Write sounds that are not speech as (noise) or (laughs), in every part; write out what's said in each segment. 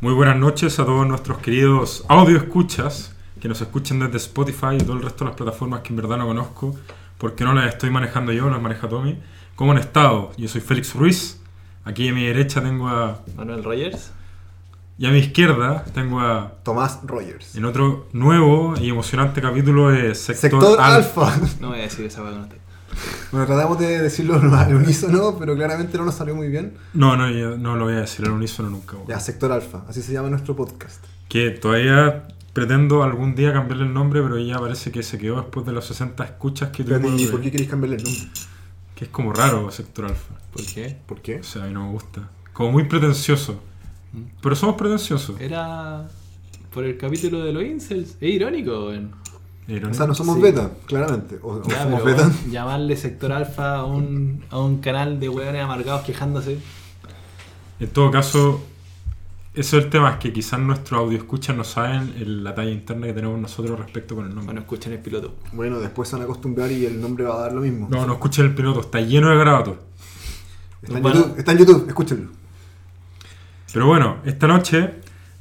Muy buenas noches a todos nuestros queridos audio escuchas que nos escuchan desde Spotify y todo el resto de las plataformas que en verdad no conozco porque no las estoy manejando yo, las maneja Tommy. ¿Cómo han estado? Yo soy Félix Ruiz. Aquí a mi derecha tengo a. Manuel Rogers. Y a mi izquierda tengo a. Tomás Rogers. En otro nuevo y emocionante capítulo de Sector, Sector Alfa. Alfa. (laughs) No voy a decir esa palabra con usted. Bueno, tratamos de decirlo (laughs) al unísono, pero claramente no nos salió muy bien. No, no, yo no lo voy a decir al unísono nunca. weón. Ya, Sector Alfa, así se llama nuestro podcast. Que todavía pretendo algún día cambiarle el nombre, pero ya parece que se quedó después de las 60 escuchas que Espérate, tuvimos. ¿y por qué queréis cambiarle el nombre? Que es como raro Sector Alfa. ¿Por qué? ¿Por qué? O sea, a mí no me gusta. Como muy pretencioso. Mm. Pero somos pretenciosos. Eh, Era por el capítulo de los incels. Es irónico, weón. O sea, no somos Sí. beta, claramente. O, o Ya, somos pero, beta. weón, Llamarle sector alfa a un, a un canal de weones amargados quejándose. En todo caso, eso es el tema, es que quizás nuestros audio escuchas no saben el- la talla interna que tenemos nosotros respecto con el nombre. Bueno, escuchen el piloto. Bueno, después se van a acostumbrar y el nombre va a dar lo mismo. No, no escuchen el piloto, está lleno de grabatos. Está, en Bueno. YouTube, está en YouTube, escúchenlo. Pero bueno, esta noche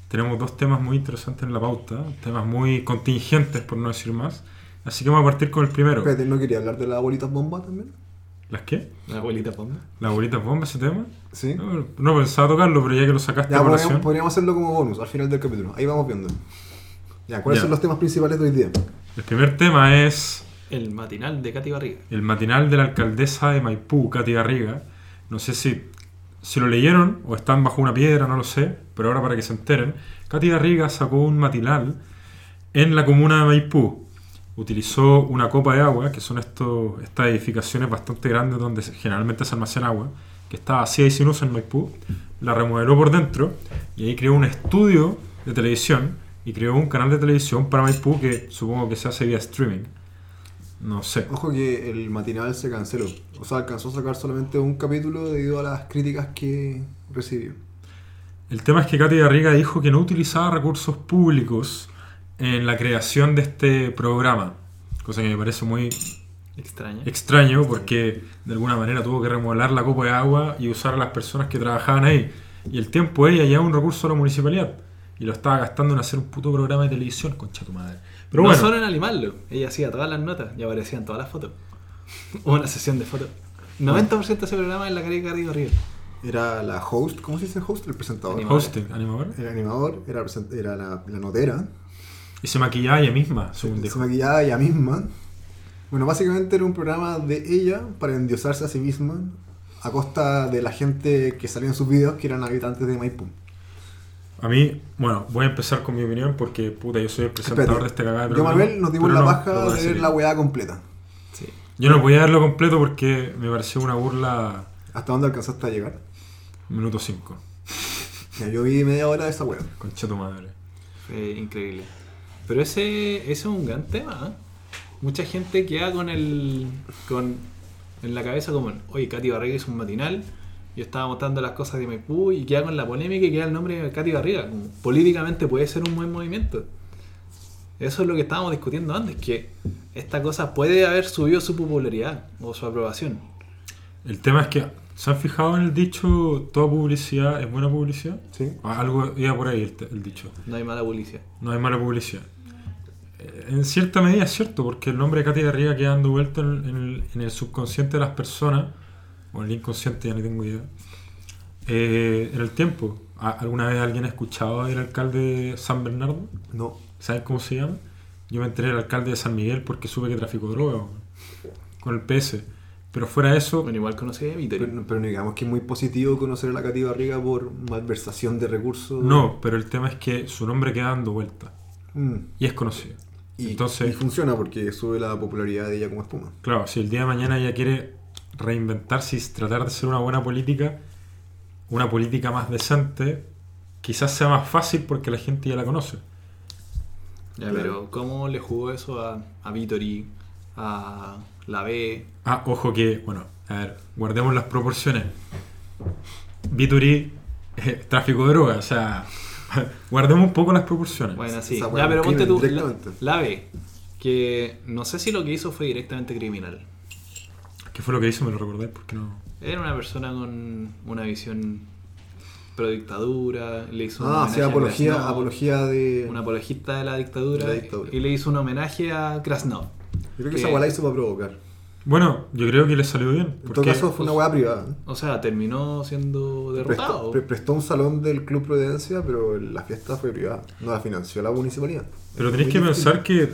tenemos dos temas muy interesantes en la pauta, temas muy contingentes, por no decir más. Así que vamos a partir con el primero. Espérate, ¿no quería hablar de las bolitas bomba también? ¿Las qué? La abuelita ponga. ¿Las bolitas bomba ese tema? Sí. No, no pensaba tocarlo, pero ya que lo sacaste Ya, a podríamos, colación, podríamos hacerlo como bonus al final del capítulo. Ahí vamos viendo. Ya, ¿cuáles Ya. son los temas principales de hoy día? El primer tema es El matinal de Katy Barriga. El matinal de la alcaldesa de Maipú, Katy Garriga. No sé si, si lo leyeron o están bajo una piedra, no lo sé, pero ahora para que se enteren, Katy Garriga sacó un matinal en la comuna de Maipú. Utilizó una copa de agua, que son estos, estas edificaciones bastante grandes donde se- generalmente se almacena agua, que está vacía y sin uso en Maipú. La remodeló por dentro y ahí creó un estudio de televisión y creó un canal de televisión para Maipú que supongo que se hace vía streaming. No sé. Ojo que el matinal se canceló. O sea, alcanzó a sacar solamente un capítulo debido a las críticas que recibió. El tema es que Katy Garriga dijo que no utilizaba recursos públicos en la creación de este programa, cosa que me parece muy Extraña. extraño porque de alguna manera tuvo que remodelar la copa de agua y usar a las personas que trabajaban ahí. Y el tiempo ella ya un recurso a la municipalidad y lo estaba gastando en hacer un puto programa de televisión, concha tu madre. Pero no bueno, solo en animarlo. Ella hacía todas las notas y aparecían todas las fotos. (laughs) Hubo una sesión de fotos. 90% de ese programa es la Katy Barriga. Era la host, ¿cómo se dice host? El presentador. Animador. hosting, animador. El animador, era, present- era la, la notera, Y se maquillaba ella misma, según se dijo. maquillaba ella misma. Bueno, básicamente era un programa de ella para endiosarse a sí misma a costa de la gente que salía en sus videos que eran habitantes de Maipú. A mí, bueno, voy a empezar con mi opinión porque, puta, yo soy el presentador Espérate, de este cagada de Yo, programa, Manuel, nos dimos pero no, la lo paja voy a de decir ver yo. la weá completa. Sí. Yo no podía verlo completo porque me pareció una burla ¿Hasta dónde alcanzaste a llegar? minuto 5. Ya, yo vi media hora de esa weá. Concha tu madre. Fue increíble. Pero ese, ese es un gran tema. ¿eh? Mucha gente queda con el. con en la cabeza como, oye, Katy Barriga hizo un matinal, yo estaba mostrando las cosas de Maipú y queda con la polémica y queda el nombre de Katy Barriga. como, políticamente puede ser un buen movimiento. Eso es lo que estábamos discutiendo antes, que esta cosa puede haber subido su popularidad o su aprobación. El tema es que, ¿se han fijado en el dicho toda publicidad es buena publicidad? Sí. Ah, Algo iba por ahí el, te- el dicho. No hay mala publicidad. No hay mala publicidad. Eh, En cierta medida es cierto, porque el nombre de Katy Garriga queda dando vuelta en, en el, en el subconsciente de las personas, o en el inconsciente, ya no tengo idea, eh, en el tiempo. ¿A- ¿Alguna vez alguien ha escuchado del alcalde de San Bernardo? No. ¿Sabes cómo se llama? Yo me enteré del alcalde de San Miguel porque supe que traficó droga weón, con el PS. Pero fuera de eso, Bueno, igual conocí a Viteri. Pero, pero no digamos que es muy positivo conocer a la Cati Barriga por malversación de recursos. no, pero el tema es que su nombre queda dando vuelta Mm. y es conocido. Y, y Entonces, funciona porque sube la popularidad de ella como espuma. claro, si el día de mañana ella quiere reinventarse y tratar de ser una buena política, una política más decente, quizás sea más fácil porque la gente ya la conoce. Ya, Claro. pero ¿cómo le jugó eso a, a Vittori, a la B? Ah, ojo que, bueno, a ver, guardemos las proporciones. Vituri, eh, tráfico de droga, o sea, (laughs) guardemos un poco las proporciones. Bueno, sí. Esa weá Ya, pero es un ponte crimen, tú. La, directamente. la B, que no sé si lo que hizo fue directamente criminal. ¿Qué fue lo que hizo? ¿Me lo recordáis? Porque no. Era una persona con una visión pro dictadura, le hizo un Ah, sí, homenaje a Krasnov, apología, apología de. un apologista de la dictadura, De la dictadura. y le hizo un homenaje a Krasnov. Yo creo que que- esa guay la hizo para provocar. Bueno, yo creo que le salió bien. En todo porque- caso, fue una weá privada. O sea, terminó siendo Prestó, derrotado. pre- prestó un salón del Club Providencia, pero la fiesta fue privada. No la financió la municipalidad. Pero Es tenéis muy que distinto. pensar que,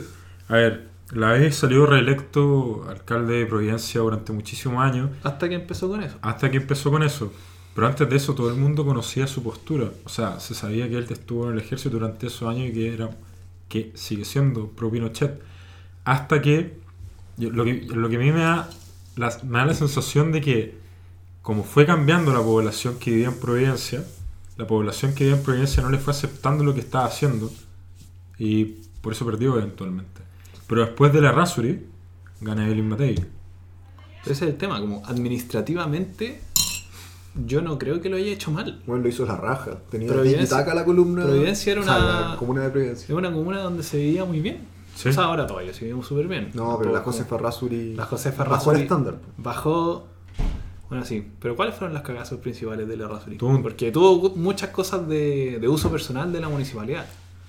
a ver, la vez salió reelecto alcalde de Providencia durante muchísimos años, Hasta que empezó con eso. hasta que empezó con eso. Pero antes de eso todo el mundo conocía su postura. O sea, se sabía que él estuvo en el ejército durante esos años y que era que sigue siendo pro Pinochet. Hasta que yo- lo que, lo que a mí me da, la, me da la sensación de que como fue cambiando la población que vivía en Providencia, la población que vivía en Providencia no le fue aceptando lo que estaba haciendo y por eso perdió eventualmente. Pero después de la Rasuri, gana Evelyn Matei. Pero ese es el tema, como administrativamente, yo no creo que lo haya hecho mal. Bueno, lo hizo la raja. Tenía Providencia- taca la columna. Providencia era o sea, una- la comuna de Es Providencia. una comuna donde se vivía muy bien. Sí. O sea, ahora todavía se vivimos súper bien. No, pero la Tampoco- Josefa Rasuri. La Josefa Bajó el Rasuri- estándar. po. Bajó. Bueno, sí. Pero ¿cuáles fueron las cagazos principales de la Rasuri? Tuvo un- Porque tuvo muchas cosas de, de uso personal de la municipalidad.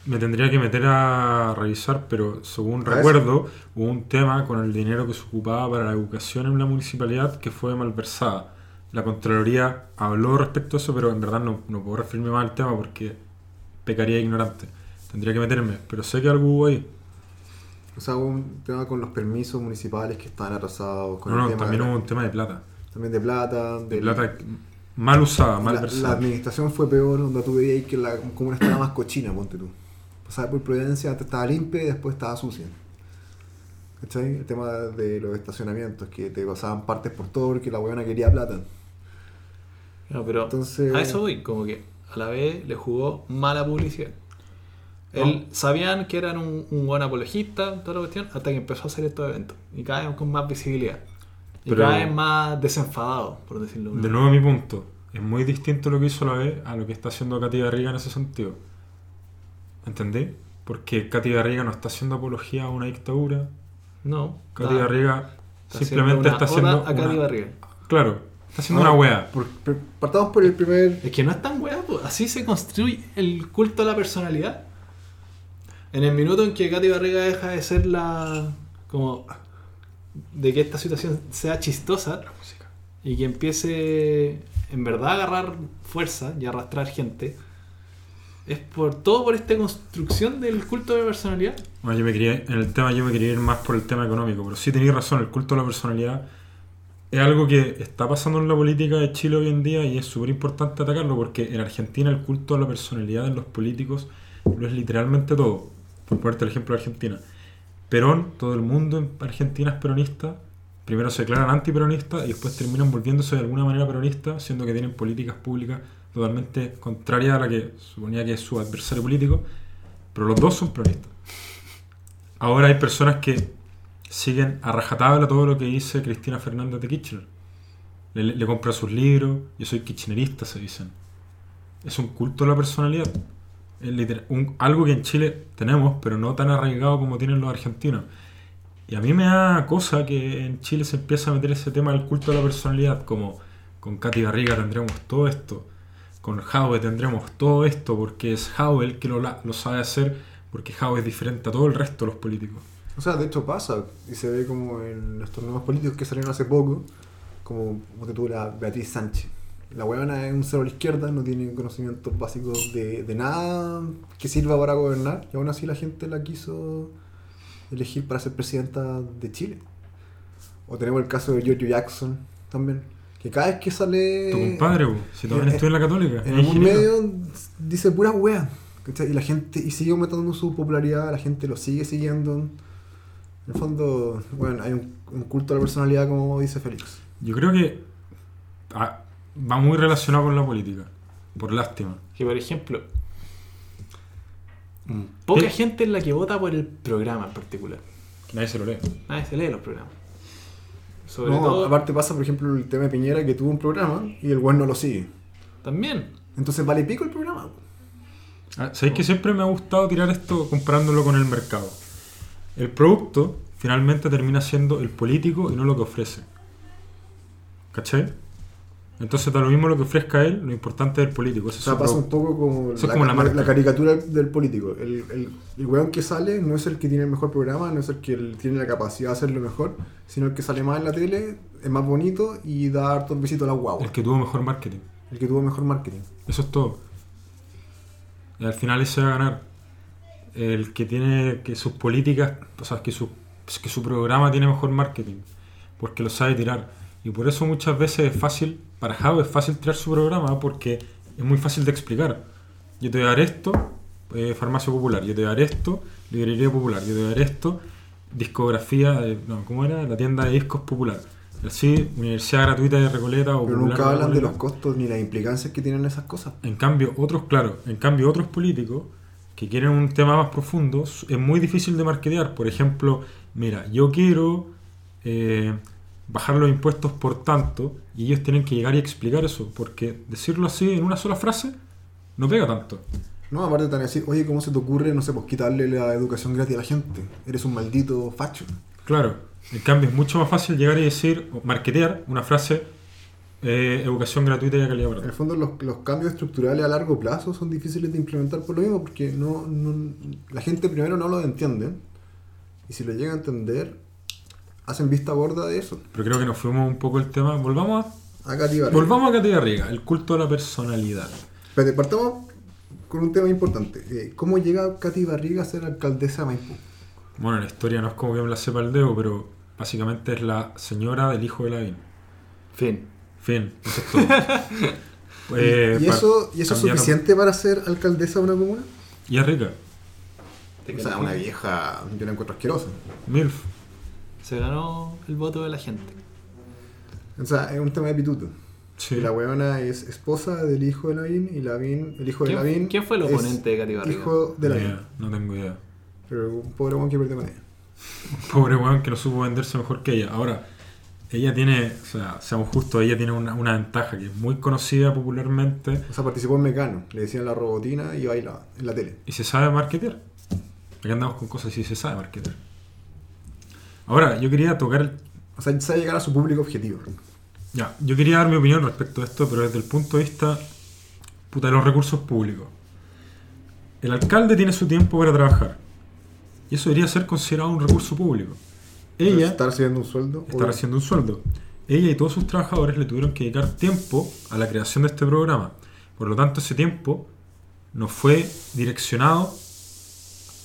Me tendría que meter a revisar, pero según A recuerdo, hubo un tema con el dinero que se ocupaba para la educación en la municipalidad que fue malversada. La Contraloría habló respecto a eso, pero en verdad no, no puedo referirme más al tema porque pecaría de ignorante. Tendría que meterme, pero sé que algo hubo ahí. O sea, hubo un tema con los permisos municipales que estaban atrasados. Con No, el no, tema también de, hubo un tema de plata. también de plata. De del- plata mal usada, la, la malversada. administración fue peor, donde tú veías que la comuna estaba más cochina, ponte tú. Pasaba por Providencia, antes estaba limpia y después estaba sucia. ¿Cachai? El tema de los estacionamientos, que te pasaban partes por todo porque la huevona quería plata. No, pero Entonces- a eso voy. Como que a la vez le jugó mala publicidad. Él, Sabían que eran un, un buen apologista, toda la cuestión, hasta que empezó a hacer estos eventos. Y cada vez con más visibilidad. Y Pero- cada vez más desenfadado, por decirlo De menos. nuevo mi punto. Es muy distinto lo que hizo la B a lo que está haciendo Katy Garriga en ese sentido. ¿Entendí? Porque Katy Garriga no está haciendo apología a una dictadura. No. Katy nada. Garriga Está simplemente está haciendo. haciendo. una oda a Katy una- Barriga. Claro, está haciendo Ahora, una wea. por- per- partamos por el primer. Es que no es tan weá, po. así se construye el culto a la personalidad. En el minuto en que Katy Barriga deja de ser la. como. de que esta situación sea chistosa y que empiece en verdad a agarrar fuerza y arrastrar gente, es por todo por esta construcción del culto de personalidad. Bueno, yo me quería, en el tema yo me quería ir más por el tema económico, pero sí tenéis razón, el culto a la personalidad es algo que está pasando en la política de Chile hoy en día y es súper importante atacarlo porque en Argentina el culto a la personalidad en los políticos lo es literalmente todo, por ponerte el ejemplo de Argentina. Perón, todo el mundo en Argentina es peronista, primero se declaran antiperonistas y después terminan volviéndose de alguna manera peronistas, siendo que tienen políticas públicas totalmente contrarias a la que suponía que es su adversario político, pero los dos son peronistas. Ahora hay personas que siguen a rajatabla todo lo que dice Cristina Fernández de Kirchner. Le, le compra sus libros, yo soy kirchnerista, se dicen. Es un culto a la personalidad. Es literal- un- algo que en Chile tenemos, pero no tan arraigado como tienen los argentinos. Y a mí me da cosa que en Chile se empieza a meter ese tema del culto a la personalidad, como con Katy Garriga tendremos todo esto, con Howe tendremos todo esto, porque es Howe el que lo, la- lo sabe hacer, porque Howe es diferente a todo el resto de los políticos. O sea, de hecho pasa, y se ve como en estos nuevos políticos que salieron hace poco, como ponte tú la Beatriz Sánchez. La huevona es un cero a la izquierda, no tiene conocimientos básicos de, de nada que sirva para gobernar, y aún así la gente la quiso elegir para ser presidenta de Chile. O tenemos el caso de Giorgio Jackson también, que cada vez que sale Tu compadre, po, si también eh, estoy en la católica. es en algún ingeniero. medio dice pura wea. ¿cachai? Y la gente, y sigue aumentando su popularidad, la gente lo sigue siguiendo. En el fondo, bueno, hay un, un culto a la personalidad como dice Félix. Yo creo que ah, va muy relacionado con la política, por lástima. Que por ejemplo, Mm. poca Pero- gente es la que vota por el programa en particular. Que nadie se lo lee. Nadie se lee los programas. Sobre No, todo, aparte pasa, por ejemplo, el tema de Piñera que tuvo un programa y el weón no lo sigue. también. Entonces vale pico el programa. Ah, Sabéis que siempre me ha gustado tirar esto comparándolo con el mercado. El producto finalmente termina siendo el político y no lo que ofrece. ¿Cachai? Entonces da lo mismo lo que ofrezca él, lo importante es el político. Eso O sea, es pasa otro- un poco como, eso es como la marca. caricatura del político. El, el, el weón que sale no es el que tiene el mejor programa, no es el que el- tiene la capacidad de hacerlo mejor, sino el que sale más en la tele, es más bonito y da hartos besitos a la guagua. el que tuvo mejor marketing. El que tuvo mejor marketing. Eso es todo. Y al final ese va a ganar. El que tiene que sus políticas, o sea, que su, que su programa tiene mejor marketing, porque lo sabe tirar. Y por eso muchas veces es fácil, para Javo es fácil tirar su programa, porque es muy fácil de explicar. Yo te voy a dar esto, eh, farmacia popular, yo te voy a dar esto, librería popular, yo te voy a dar esto, discografía, eh, no, ¿cómo era? La tienda de discos popular. Así, universidad gratuita de Recoleta o Pero Popular nunca hablan de Recoleta. los costos ni las implicancias que tienen esas cosas. En cambio, otros, claro, en cambio, otros políticos que quieren un tema más profundo, s- es muy difícil de marketear. Por ejemplo, mira, yo quiero eh, bajar los impuestos por tanto, y ellos tienen que llegar y explicar eso, porque decirlo así en una sola frase no pega tanto. No, aparte te van a decir, oye, ¿cómo se te ocurre, no sé, pues quitarle la educación gratis a la gente? Eres un maldito facho. Claro, en cambio es mucho más fácil llegar y decir, o marketear una frase, eh, educación gratuita y de calidad para En el todos. fondo los, los cambios estructurales a largo plazo son difíciles de implementar por lo mismo, porque no, no- la gente primero no lo entiende, y si lo llega a entender, hacen vista gorda de eso. Pero creo que nos fuimos un poco el tema. Volvamos a Acá te iba a- Volvamos a Categoría Riga, el culto a la personalidad. Espérate, partamos con un tema importante. Eh, ¿Cómo llega Katy Barriga a ser alcaldesa de Maipú? Bueno, la historia no es como que me la sepa el dedo, pero básicamente es la señora del hijo de Lavín. Fin. Fin, eso es todo. (laughs) Eh, ¿Y pa- eso, ¿y eso es cambiaron- suficiente para ser alcaldesa de una comuna? Y es rica. O sea, una vieja, yo la encuentro asquerosa. MILF. Se ganó el voto de la gente. O sea, es un tema de pituto. Sí. La weona es esposa del hijo de Lavín y Lavín, el hijo de ¿Quién- Lavín. quién fue el es oponente de Katy Barriga? Hijo de Lavín. Idea, no tengo idea. (laughs) Pero un pobre weón que perdió con ella. Pobre weón que no supo venderse mejor que ella. Ahora, ella tiene, o sea, seamos justos, ella tiene una, una ventaja que es muy conocida popularmente O sea, participó en Mecano, le decían la robotina y bailaba en la tele. y se sabe marketear. Aquí andamos con cosas y se sabe marketear. Ahora, yo quería tocar el, O sea, sabe llegar a su público objetivo. Ya, yo quería dar mi opinión respecto a esto, pero desde el punto de vista puta, de los recursos públicos. El alcalde tiene su tiempo para trabajar. Y eso debería ser considerado un recurso público. Pero Ella Está recibiendo un sueldo. está obvio. recibiendo un sueldo. Ella y todos sus trabajadores le tuvieron que dedicar tiempo a la creación de este programa. Por lo tanto, ese tiempo no fue direccionado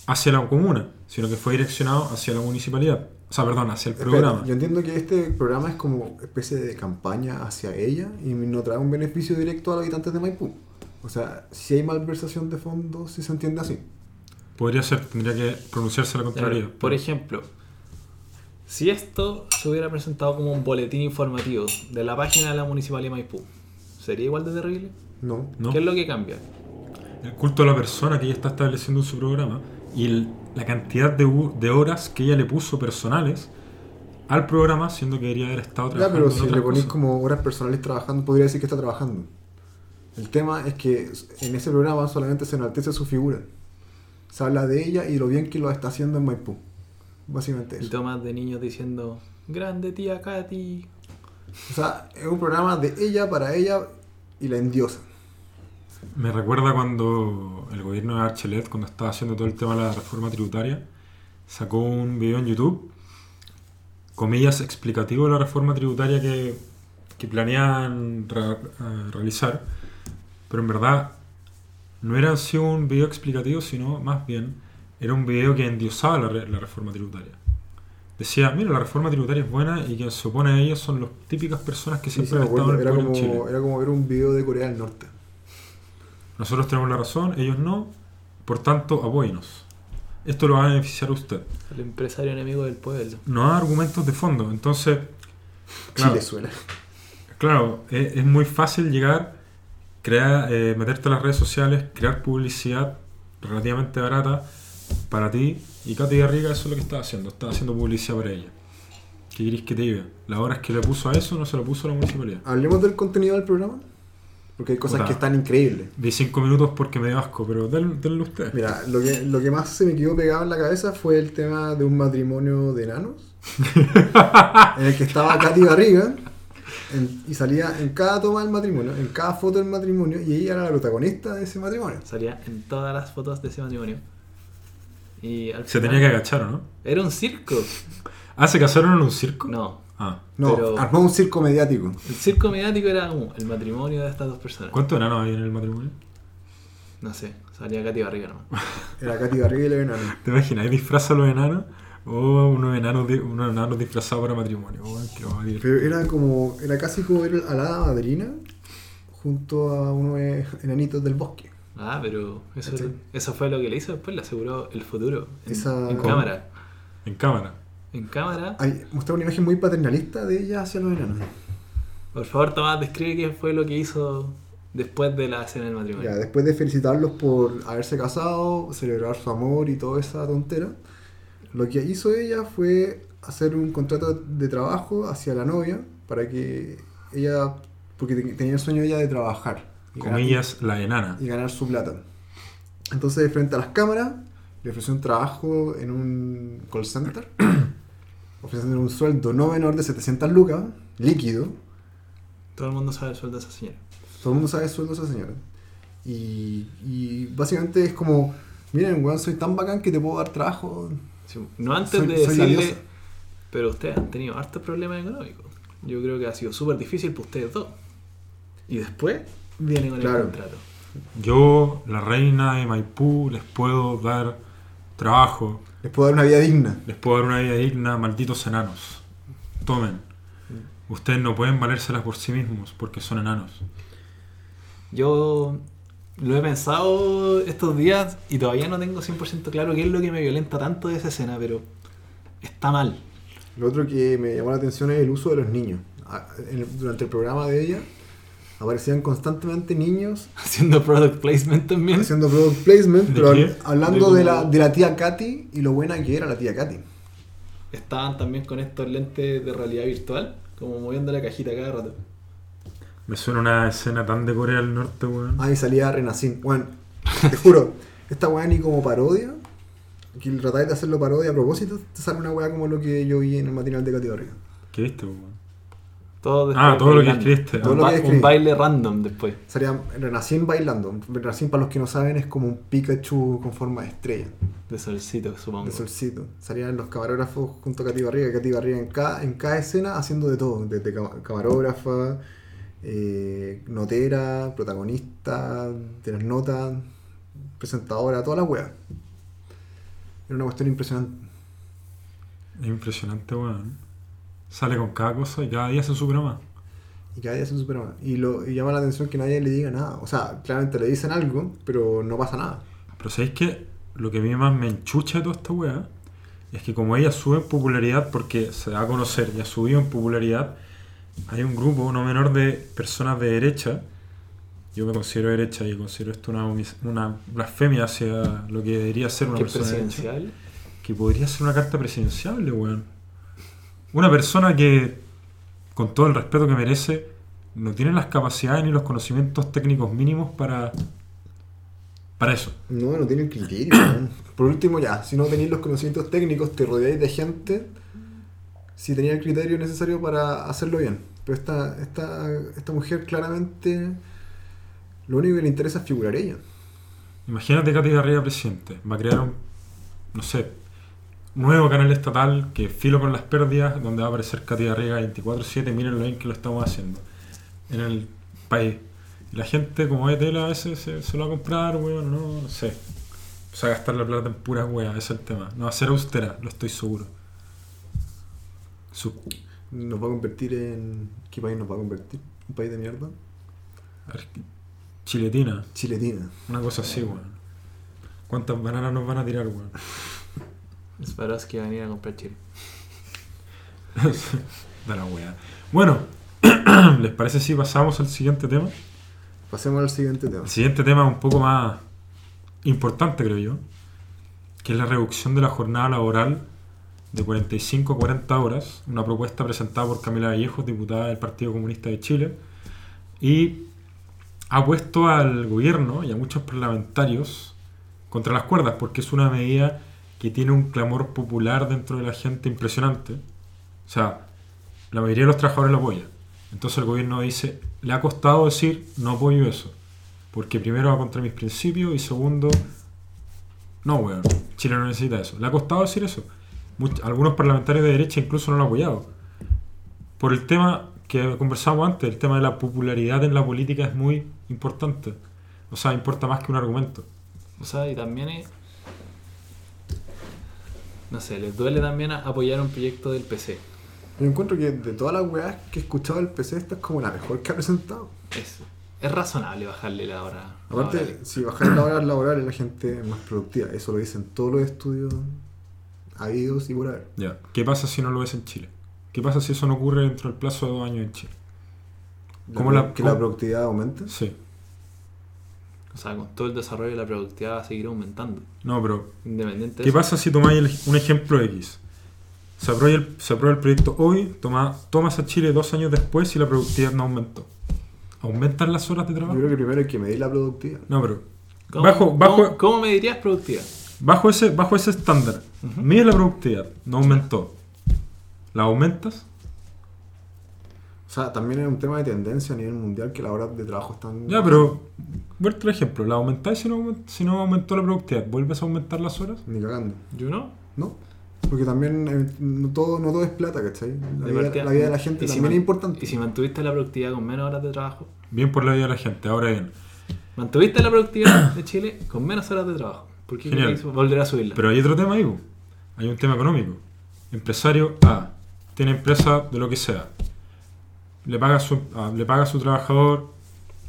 hacia la comuna, sino que fue direccionado hacia la municipalidad. O sea, perdón, hacia el Espera, programa. yo entiendo que este programa es como especie de campaña hacia ella y no trae un beneficio directo a los habitantes de Maipú. O sea, si hay malversación de fondos, si se entiende así. Podría ser, tendría que pronunciarse la Claro, contraria. Por ejemplo, si esto se hubiera presentado como un boletín informativo de la página de la Municipalidad de Maipú, ¿sería igual de terrible? No. No. ¿Qué es lo que cambia? El culto a la persona que ella está estableciendo en su programa y el- la cantidad de, u- de horas que ella le puso personales al programa, siendo que debería haber estado Ya, trabajando. pero en si otras le ponís cosas. como horas personales trabajando, podría decir que está trabajando. El tema es que en ese programa solamente se enaltece su figura. Se habla de ella y lo bien que lo está haciendo en Maipú. Básicamente Y eso. tomas de niños diciendo, grande tía Katy. O sea, es un programa de ella para ella y la endiosa. Me recuerda cuando el gobierno de Archelet, cuando estaba haciendo todo el tema de la reforma tributaria, sacó un video en YouTube, comillas, explicativo de la reforma tributaria que, que planean ra- eh, realizar, pero en verdad no era así un video explicativo, sino más bien era un video que endiosaba la, re- la reforma tributaria. Decía, mira, la reforma tributaria es buena y quien se opone a ella son las típicas personas que Sí, sí, siempre me han estado en acuerdo. el Era, poder en Chile. como, era como ver un video de Corea del Norte. Nosotros tenemos la razón, ellos no, por tanto, apóyenos. Esto lo va a beneficiar a usted. El empresario enemigo del pueblo. No da argumentos de fondo, entonces, Claro. Chile suena. claro, e- es, muy fácil llegar, crear, eh, meterte a las redes sociales, crear publicidad relativamente barata para ti. Y Katy Garriga eso es lo que está haciendo, está haciendo publicidad para ella. ¿Qué queréis que te diga? Las horas que le puso a eso no se lo puso a la municipalidad. Hablemos del contenido del programa. Porque hay cosas Puta. que están increíbles. De 5 minutos porque me dio asco, pero den- denle usted. Mira, lo que, lo que más se me quedó pegado en la cabeza fue (laughs) el tema de un matrimonio de enanos. en el que estaba Katy Barriga. en- y salía en cada toma del matrimonio, en cada foto del matrimonio, y ella era la protagonista de ese matrimonio. Salía en todas las fotos de ese matrimonio. Y al Se final- tenía que agachar, ¿o no? Era un circo. Ah, ¿se casaron en un circo? No. Ah. No, Pero- armó un circo mediático. El circo mediático era como el matrimonio de estas dos personas. ¿Cuántos enanos hay en el matrimonio? No sé, salía Katy Barriga nomás. Era Katy Barriga y (laughs) la enana. ¿Te imaginas? ¿Disfraza a los enanos? O unos enanos, di- unos enanos disfrazados para matrimonio. Weón, qué barbaridad. Pero era como, era casi como ir a la madrina junto a unos eh, enanitos del bosque. Ah, pero eso, ¿Cachai? eso fue lo que le hizo después, le aseguró el futuro. En, Esa- en ¿Cómo? cámara. En cámara. En cámara. Ahí mostraba una imagen muy paternalista de ella hacia los enanos. Por favor, Tomás, describe qué fue lo que hizo después de la cena del matrimonio. Ya, después de felicitarlos por haberse casado, celebrar su amor y toda esa tontera, lo que hizo ella fue hacer un contrato de trabajo hacia la novia para que ella, porque te- tenía el sueño ella de trabajar y ganar- Comillas, la enana. y ganar su plata. Entonces, frente a las cámaras, le ofreció un trabajo en un call center, (clears throat) ofreciendo un sueldo no menor de 700 lucas, líquido, Todo el mundo sabe el sueldo de esa señora. todo el mundo sabe el sueldo de esa señora. Y, y básicamente es como, miren, weón, soy tan bacán que te puedo dar trabajo. Sí, No antes Soy- de soy la decirle, diosa. pero ustedes han tenido hartos problemas económicos. Yo creo que ha sido súper difícil para ustedes dos. Y después viene con Claro. el contrato. Yo, la reina de Maipú, les puedo dar trabajo, Les puedo dar una vida digna. les puedo dar una vida digna, malditos enanos. Tomen. Mm. Ustedes no pueden valérselas por sí mismos porque son enanos. Yo lo he pensado estos días y todavía no tengo 100% claro qué es lo que me violenta tanto de esa escena, pero está mal. Lo otro que me llamó la atención es el uso de los niños. Ah, en el- durante el programa de ella aparecían constantemente niños (laughs) Haciendo product placement también. haciendo product placement, ¿Mm? ¿De pero qué? hab- hablando De de, la, como- de la tía Katy y lo buena que era la tía Katy. Estaban también con estos lentes de realidad virtual, como moviendo la cajita cada rato. Me suena una escena tan de Corea del Norte, weón. Ahí salía Renacín. Bueno, te juro, esta weá ni como parodia, que tratáis de hacerlo parodia a propósito, te sale una weá como lo que yo vi en el matinal de Katy Barriga. ¿Qué viste, weón? Todo Ah, después todo lo que bailando. escribiste. Todo Un, lo ba- que un escribí. baile random después. Sería Renacín bailando. Renacín, para los que no saben, es como un Pikachu con forma de estrella, De solcito, supongo. de solcito. Salían los camarógrafos junto a Katy Barriga, Katy Barriga en cada, en cada escena haciendo de todo, desde cam- camarógrafa, eh, notera, protagonista de las notas, presentadora, toda la weá. Era una cuestión impresionante. Es impresionante, weón. Sale con cada cosa y cada día se supera más. Y cada día se supera más. Y, lo, y llama la atención que nadie le diga nada. O sea, claramente le dicen algo, pero no pasa nada. Pero ¿sabéis que Lo que a mí más me enchucha de toda esta weá es que como ella sube en popularidad porque se da a conocer y ha subido en popularidad, hay un grupo no menor de personas de derecha, yo me considero derecha y considero esto una, homis- una blasfemia hacia lo que debería ser una Que persona de derecha, presidencial. que podría ser una carta presidencial, weón. Una persona que, con todo el respeto que merece, no tiene las capacidades ni los conocimientos técnicos mínimos para, para eso. No, no tienen criterio. weón. Por último, ya, si no tenéis los conocimientos técnicos, te rodeáis de gente si tenía el criterio necesario para hacerlo bien. Pero esta, esta, esta mujer claramente lo único que le interesa es figurar ella. Imagínate Katy Garriga presidente. Va a crear un, no sé, nuevo canal estatal que filo con las pérdidas, donde va a aparecer Katy Garriga 24-7. Miren lo bien que lo estamos haciendo en el país. Y la gente, como ve tela, a veces se, se lo va a comprar, weón, no, no sé. O sea, gastar la plata en puras weas, ese es el tema. No, va a ser austera, lo estoy seguro. Su- Nos va a convertir en. ¿Qué país nos va a convertir? ¿Un país de mierda? ar- chiletina, Chiletina. una cosa así, weón. ¿Cuántas bananas nos van a tirar, weón? Swarovski va a venir a comprar chile. (laughs) Da la wea. Bueno, (clears throat) ¿les parece si pasamos al siguiente tema? Pasemos al siguiente tema. El siguiente tema es un poco más importante, creo yo, que es la reducción de la jornada laboral de 45 a 40 horas, una propuesta presentada por Camila Vallejos, diputada del Partido Comunista de Chile, y ha puesto al gobierno y a muchos parlamentarios contra las cuerdas, porque es una medida que tiene un clamor popular dentro de la gente impresionante. O sea, la mayoría de los trabajadores la apoya. Entonces el gobierno dice, le ha costado decir, no apoyo eso. Porque primero va contra mis principios y segundo, no, weón, Chile no necesita eso. Le ha costado decir eso. Much- algunos parlamentarios de derecha incluso no lo han apoyado. Por el tema que conversamos antes, el tema de la popularidad en la política es muy importante. O sea, importa más que un argumento. O sea, y también es. No sé, les duele también a- apoyar un proyecto del PC. Yo encuentro que de todas las weas que he escuchado del PC, esta es como la mejor que ha presentado. Es, es razonable bajarle la hora. la Aparte, hora de- si bajan las horas laborales, la gente es más productiva. Eso lo dicen todos los estudios habidos y por haber. Ya. ¿Qué pasa si no lo es en Chile? ¿Qué pasa si eso no ocurre dentro del plazo de dos años en Chile? ¿Cómo la- que la cómo- productividad aumente. Sí. O sea, con todo el desarrollo de la productividad va a seguir aumentando. No, pero Independiente de ¿Qué eso. pasa si tomáis el- un ejemplo X? Se aprueba el, se aprueba el proyecto hoy, toma, tomas a Chile dos años después y la productividad no aumentó. ¿Aumentan las horas de Yo trabajo? creo que primero hay que medir la productividad. No, pero ¿Cómo, bajo- bajo- ¿cómo, cómo medirías productividad? bajo ese, bajo ese estándar, mide la productividad, no aumentó. ¿La aumentas? O sea, también es un tema de tendencia a nivel mundial que las horas de trabajo están. Ya, pero vuelta al ejemplo, ¿la aumentáis si no, aument- si no aumentó la productividad? ¿Vuelves a aumentar las horas? Ni cagando. ¿Yo no? ¿No? Porque también eh, no todo, no todo es plata, ¿cachai? La De vida, partida- la vida de la gente y si man- también es importante. Y si mantuviste la productividad con menos horas de trabajo, Bien por la vida de la gente, ahora bien. mantuviste la productividad (coughs) de Chile con menos horas de trabajo. ¿Por qué Genial. queréis volver a subirla? Pero hay otro tema ahí, po. hay un tema económico. Empresario A tiene empresa de lo que sea. Le paga a su, a- le paga a su trabajador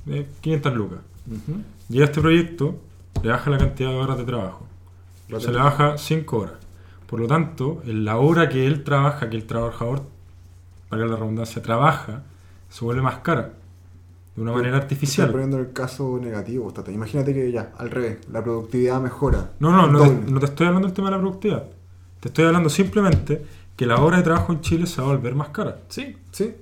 eh, 500 lucas. Ujú. Llega este proyecto, le baja la cantidad de horas de trabajo. Lo Se que- le baja 5 horas. Por lo tanto, en la hora que él trabaja, que el trabajador, para la redundancia, trabaja, se vuelve más cara. De una manera Estoy artificial. poniendo el caso negativo, Tata. Imagínate que ya, al revés, la productividad mejora. No, no, no Doble. te, no te estoy hablando del tema de la productividad. Te estoy hablando simplemente que la hora de trabajo en Chile se va a volver más cara. Sí, Sí.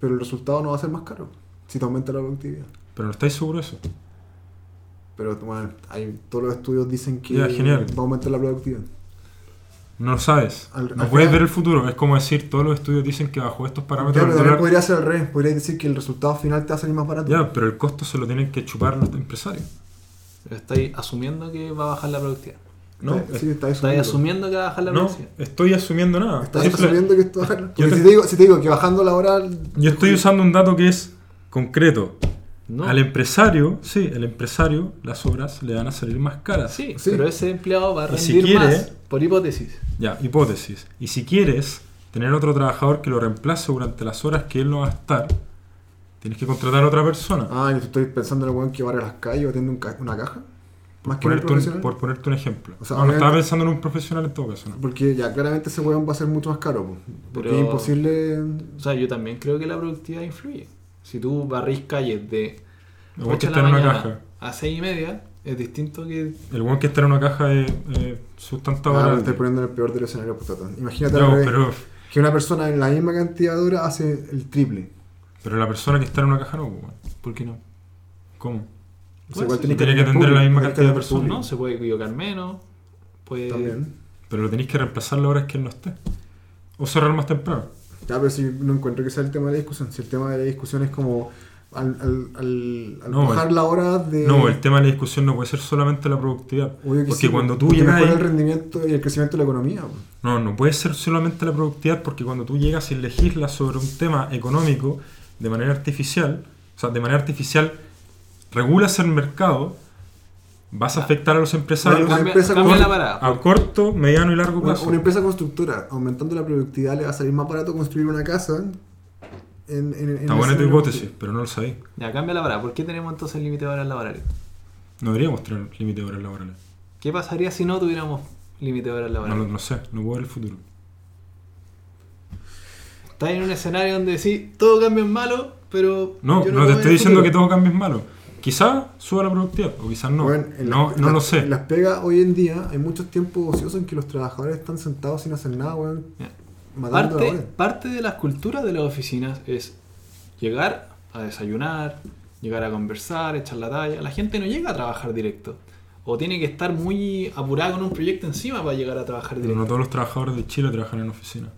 Pero el resultado no va a ser más caro si te aumenta la productividad. Pero no estáis seguros de eso. Pero bueno, hay, todos los estudios dicen que Ya, genial. va a aumentar la productividad. No lo sabes. Al- no al puedes final- ver el futuro. Es como decir, todos los estudios dicen que bajo estos Ya, pero parámetros... también el dólar- podría ser al revés, podría decir que el resultado final te va a salir más barato. Ya, pero el costo se lo tienen que chupar los empresarios. pero estáis asumiendo que va a bajar la productividad. No, Está- sí, es- está Estáis asumiendo. asumiendo que va a bajar la no productividad. estoy asumiendo nada. Estás Simple- asumiendo que esto va a bajar. Porque te- si, te digo, si te digo que bajando la hora. Yo estoy usando un dato que es concreto. No. Al em- empresario, sí, el empresario, las obras le van a salir más caras. Sí, Sí. pero ese empleado va a Y si rendir quiere- más, por hipótesis. Ya, hipótesis. Y si quieres tener otro trabajador que lo reemplace durante las horas que él no va a estar, tienes que contratar a otra persona. Ah, yo estoy pensando en el weón que barre las calles o atiende un ca- una caja. Más Ah, que un Ponerte un- profesional. por ponerte un ejemplo. O sea, no, no estaba obviamente- pensando en un profesional en todo caso. ¿no? Porque ya claramente ese weón va a ser mucho más caro. po. Porque Pero- es imposible. O sea, yo también creo que la productividad influye. Si tú barrís calles de El weón que 8 de está la en una mañana caja. a 6 y media, es distinto que... El weón que está en una caja de eh, sustanta Ah, horas me al estoy día. poniendo en el peor de los escenarios. pues, tata. Imagínate al No, revés, pero, que una persona en la misma cantidad de horas hace el triple. pero la persona que está en una caja no, weón. ¿Por qué no? ¿Cómo? O Pues, sea, igual sí, tenés tiene que atender atender a la público, misma tenés cantidad de atender personas, No, se puede equivocar menos. Puede... público. También. Pero lo tenéis que reemplazar las horas que él no esté. O cerrar más temprano. Ya, pero si no encuentro que sea el tema de la discusión. Si el tema de la discusión es como al, al, al, al No, bajar el- la hora de. No, el tema de la discusión no puede ser solamente la productividad. Eh. Obvio que porque sí, pues, cuando tú porque llegas mejora ahí- el rendimiento y el crecimiento de la economía. po. No, no puede ser solamente la productividad porque cuando tú llegas y legislas sobre un tema económico de manera artificial, o sea, de manera artificial regulas el mercado, vas a afectar a los empresarios Una Bueno, Cambia, empresa cambia con- la parada. a corto, mediano y largo Una, plazo. una empresa constructora, aumentando la productividad, le va a salir más barato construir una casa. En, en, en Está buena el tu escenario hipótesis, pero no lo sabéis. Ya, cambia la parada. ¿Por qué tenemos entonces el límite de horas laborales? No deberíamos tener límite de horas laborales. ¿Qué pasaría si no tuviéramos límite de horas No, laborales? lo- no sé, no puedo ver el futuro. Estás en un escenario donde decís, todo cambia en malo, pero... No, yo no, puedo te ver estoy el diciendo que futuro. todo cambie es malo. Quizás suba la productividad o quizás no. Bueno, en no las- no lo las- sé. en las pegas hoy en día hay muchos tiempos ociosos en que los trabajadores están sentados sin hacer nada, weón. Ya. Matando la Parte, hora. parte de las culturas de las oficinas es llegar a desayunar, llegar a conversar, echar la talla. La gente no llega a trabajar directo. O tiene que estar muy apurada con un proyecto encima para llegar a trabajar Pero directo. no todos los trabajadores de Chile trabajan en oficina.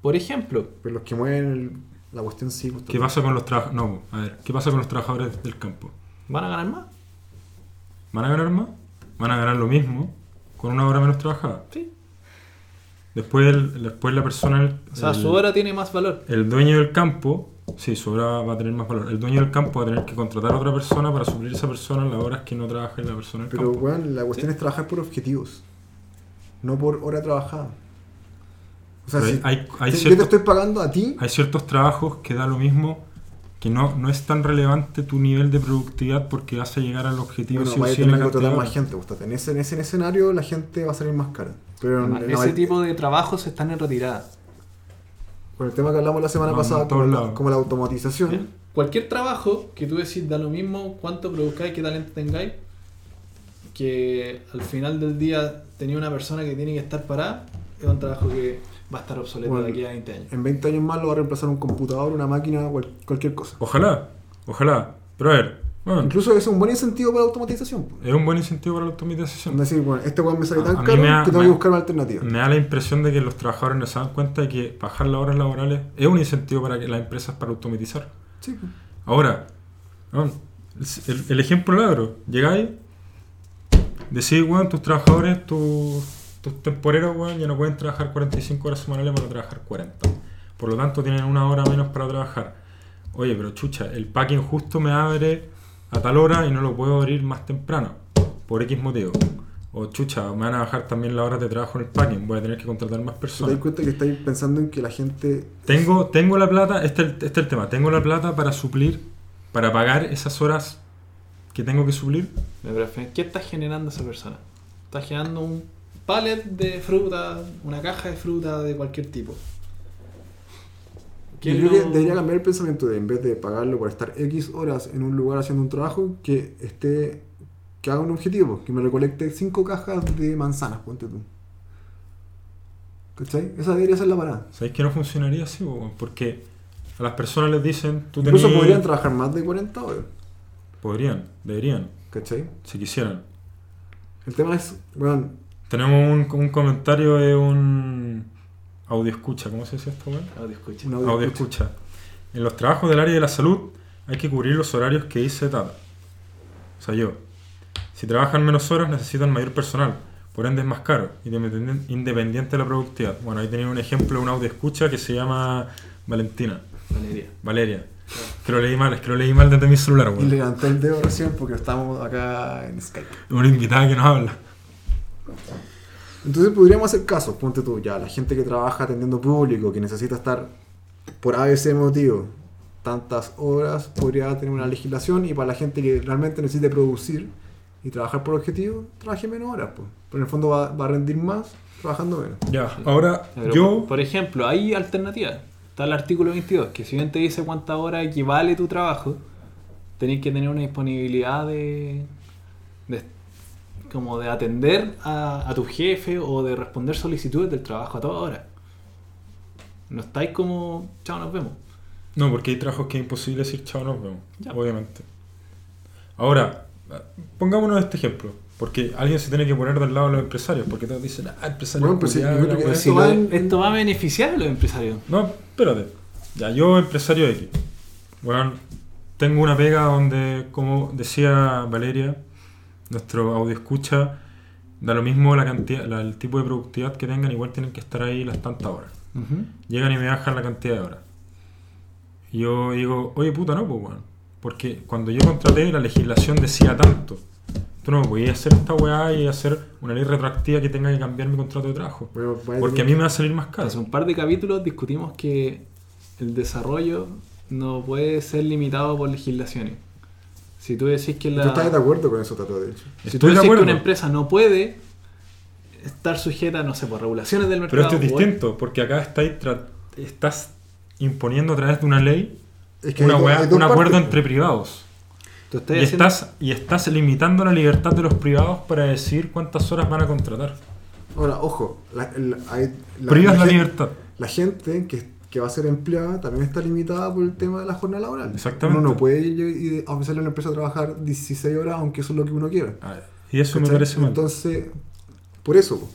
Por ejemplo, Pero los que mueven el- la cuestión sí. pues, ¿Qué pasa con los trabajadores? No, a ver, ¿qué pasa con los trabajadores del campo? ¿van a ganar más? ¿Van a ganar más? ¿Van a ganar lo mismo con una hora menos trabajada? Sí. Después, el- después la persona... O sea, el- su hora tiene más valor. El dueño del campo, sí, su hora va a tener más valor. El dueño del campo va a tener que contratar a otra persona para suplir a esa persona en las horas que no trabaja la persona del Pero, campo. weón, la cuestión es trabajar por objetivos, no por hora trabajada. O sea, Pero si, hay, hay si yo te ciertos, estoy pagando a ti, hay ciertos trabajos que da lo mismo, que no, no es tan relevante tu nivel de productividad porque vas a llegar al objetivo bueno, sí o vaya a sí en tener la que cantidad contratar de más horas. gente. Gustavo. En ese, en ese escenario la gente va a salir más cara. Pero en- en- Ese en- tipo de trabajos están en retirada. con el tema que hablamos la semana No, pasada, no, en todos como, la, lados. como la automatización, Cualquier trabajo que tú decís da lo mismo cuánto produzcáis, qué talento tengáis, que al final del día tenía una persona que tiene que estar parada, es un trabajo que va a estar obsoleto Bueno. de aquí a 20 años. en 20 años más lo va a reemplazar un computador, una máquina, cual- cualquier cosa. Ojalá, ojalá. Pero a ver, bueno, Incluso es un buen incentivo para la automatización. po. es un buen incentivo para la Es automatización. decir, bueno, este weón me sale Eh. A- tan a mí caro me da- que tengo me- que buscar una alternativa. Me da la impresión de que los trabajadores no se dan cuenta de que bajar las horas laborales es un incentivo para que las empresas para automatizar. Sí, po. Ahora, weón, el, el ejemplo labro, llegáis, decís, weón, tus trabajadores, tus, tus temporeros, weón, ya no pueden trabajar 45 horas semanales para trabajar 40. Por lo tanto, tienen una hora menos para trabajar. Oye, pero chucha, el pack injusto me abre a tal hora y no lo puedo abrir más temprano, por X motivo. O chucha, me van a bajar también la hora de trabajo en el packing, voy a tener que contratar más ¿Te das personas. cuenta que estáis pensando en que la gente Tengo, tengo la plata, este es el- este es el tema, tengo la plata para suplir, para pagar esas horas que tengo que suplir. Ya, pero al final, ¿Qué está generando esa persona? Está generando un pallet de fruta, una caja de fruta de cualquier tipo. Yo ¿Qué creo que no- debería cambiar el pensamiento de en vez de pagarlo por estar X horas en un lugar haciendo un trabajo, que esté que haga un objetivo, que me recolecte 5 cajas de manzanas, ponte tú. ¿Cachai? Esa debería ser la parada. ¿Sabéis que no funcionaría así? po, weón? Porque a las personas les dicen, tú Incluso tenés- podrían trabajar más de 40 horas, Podrían, deberían, ¿cachai? si quisieran. El tema es, bueno, Tenemos un, un comentario de un audio escucha, ¿cómo se dice esto, weón? Audio escucha. un audio Audio escucha. escucha. En los trabajos del área de la salud hay que cubrir los horarios que dice Tata. O sea, yo. Si trabajan menos horas necesitan mayor personal, por ende es más caro, independen- independiente de la productividad. Bueno, ahí tenéis un ejemplo de un audio escucha que se llama Valentina, Valeria. Valeria. Que lo leí mal, es que lo leí mal desde mi celular, Y weón. levanté el dedo recién porque estamos acá en Skype. Una invitada que nos habla. Entonces podríamos hacer casos, ponte tú, ya, la gente que trabaja atendiendo público, que necesita estar por ABC motivo, tantas horas, podría tener una legislación y para la gente que realmente necesite producir y trabajar por objetivo, trabaje menos horas, pues. Pero en el fondo va, va a rendir más trabajando menos. Ya, ahora Pero, yo. Por ejemplo, hay alternativas. Está el artículo 22, que si bien te dice cuánta hora equivale tu trabajo, tenés que tener una disponibilidad de, de- como de atender a, a tu jefe o de responder solicitudes del trabajo a toda hora. No estáis como, chao, nos vemos. No, porque hay trabajos que es imposible decir chao, nos vemos. Ya. Obviamente. Ahora, pongámonos este ejemplo. Porque alguien se tiene que poner del lado de los empresarios. Porque todos dicen, ah, empresario. Bueno, pues sí, yo creo que Pero si Esto va lo- en- esto va a beneficiar a los empresarios. No, espérate. Ya, yo, empresario X. Bueno, tengo una pega donde, como decía Valeria, nuestro audio escucha, da lo mismo la cantidad, la- el tipo de productividad que tengan, igual tienen que estar ahí las tantas horas. Llegan y me bajan la cantidad de horas. Y yo digo, oye puta, no, pues weón. Porque cuando yo contraté, la legislación decía tanto. Tú no me podías hacer esta weá y hacer una ley retroactiva que tenga que cambiar mi contrato de trabajo. Bueno, vaya Porque a mí me va a salir más caro. Hace un par de capítulos discutimos que el desarrollo no puede ser limitado por legislaciones. Si tú decís que la... Tú estás de acuerdo con eso, Tato, de hecho. Si tú Estoy de decís que acuerdo. una empresa no puede estar sujeta, no sé, por regulaciones del Pero mercado. esto es o- distinto, porque acá estáis tra- estás imponiendo a través de una ley Es que una hay dos- weá- hay dos un acuerdo partes, entre privados. Tú estás Y haciendo- estás, y estás limitando la libertad de los privados para decir cuántas horas van a contratar. Ahora, ojo, la, la- hay- la- Privas la gen- libertad. la gente que, que va a ser empleada también está limitada por el tema de la jornada laboral. Exactamente. Uno no puede ir y ofrecerle a una empresa a trabajar 16 horas, aunque eso es lo que uno quiera. A ver, Y eso me ¿Cachai? parece mal. Entonces, por eso, po.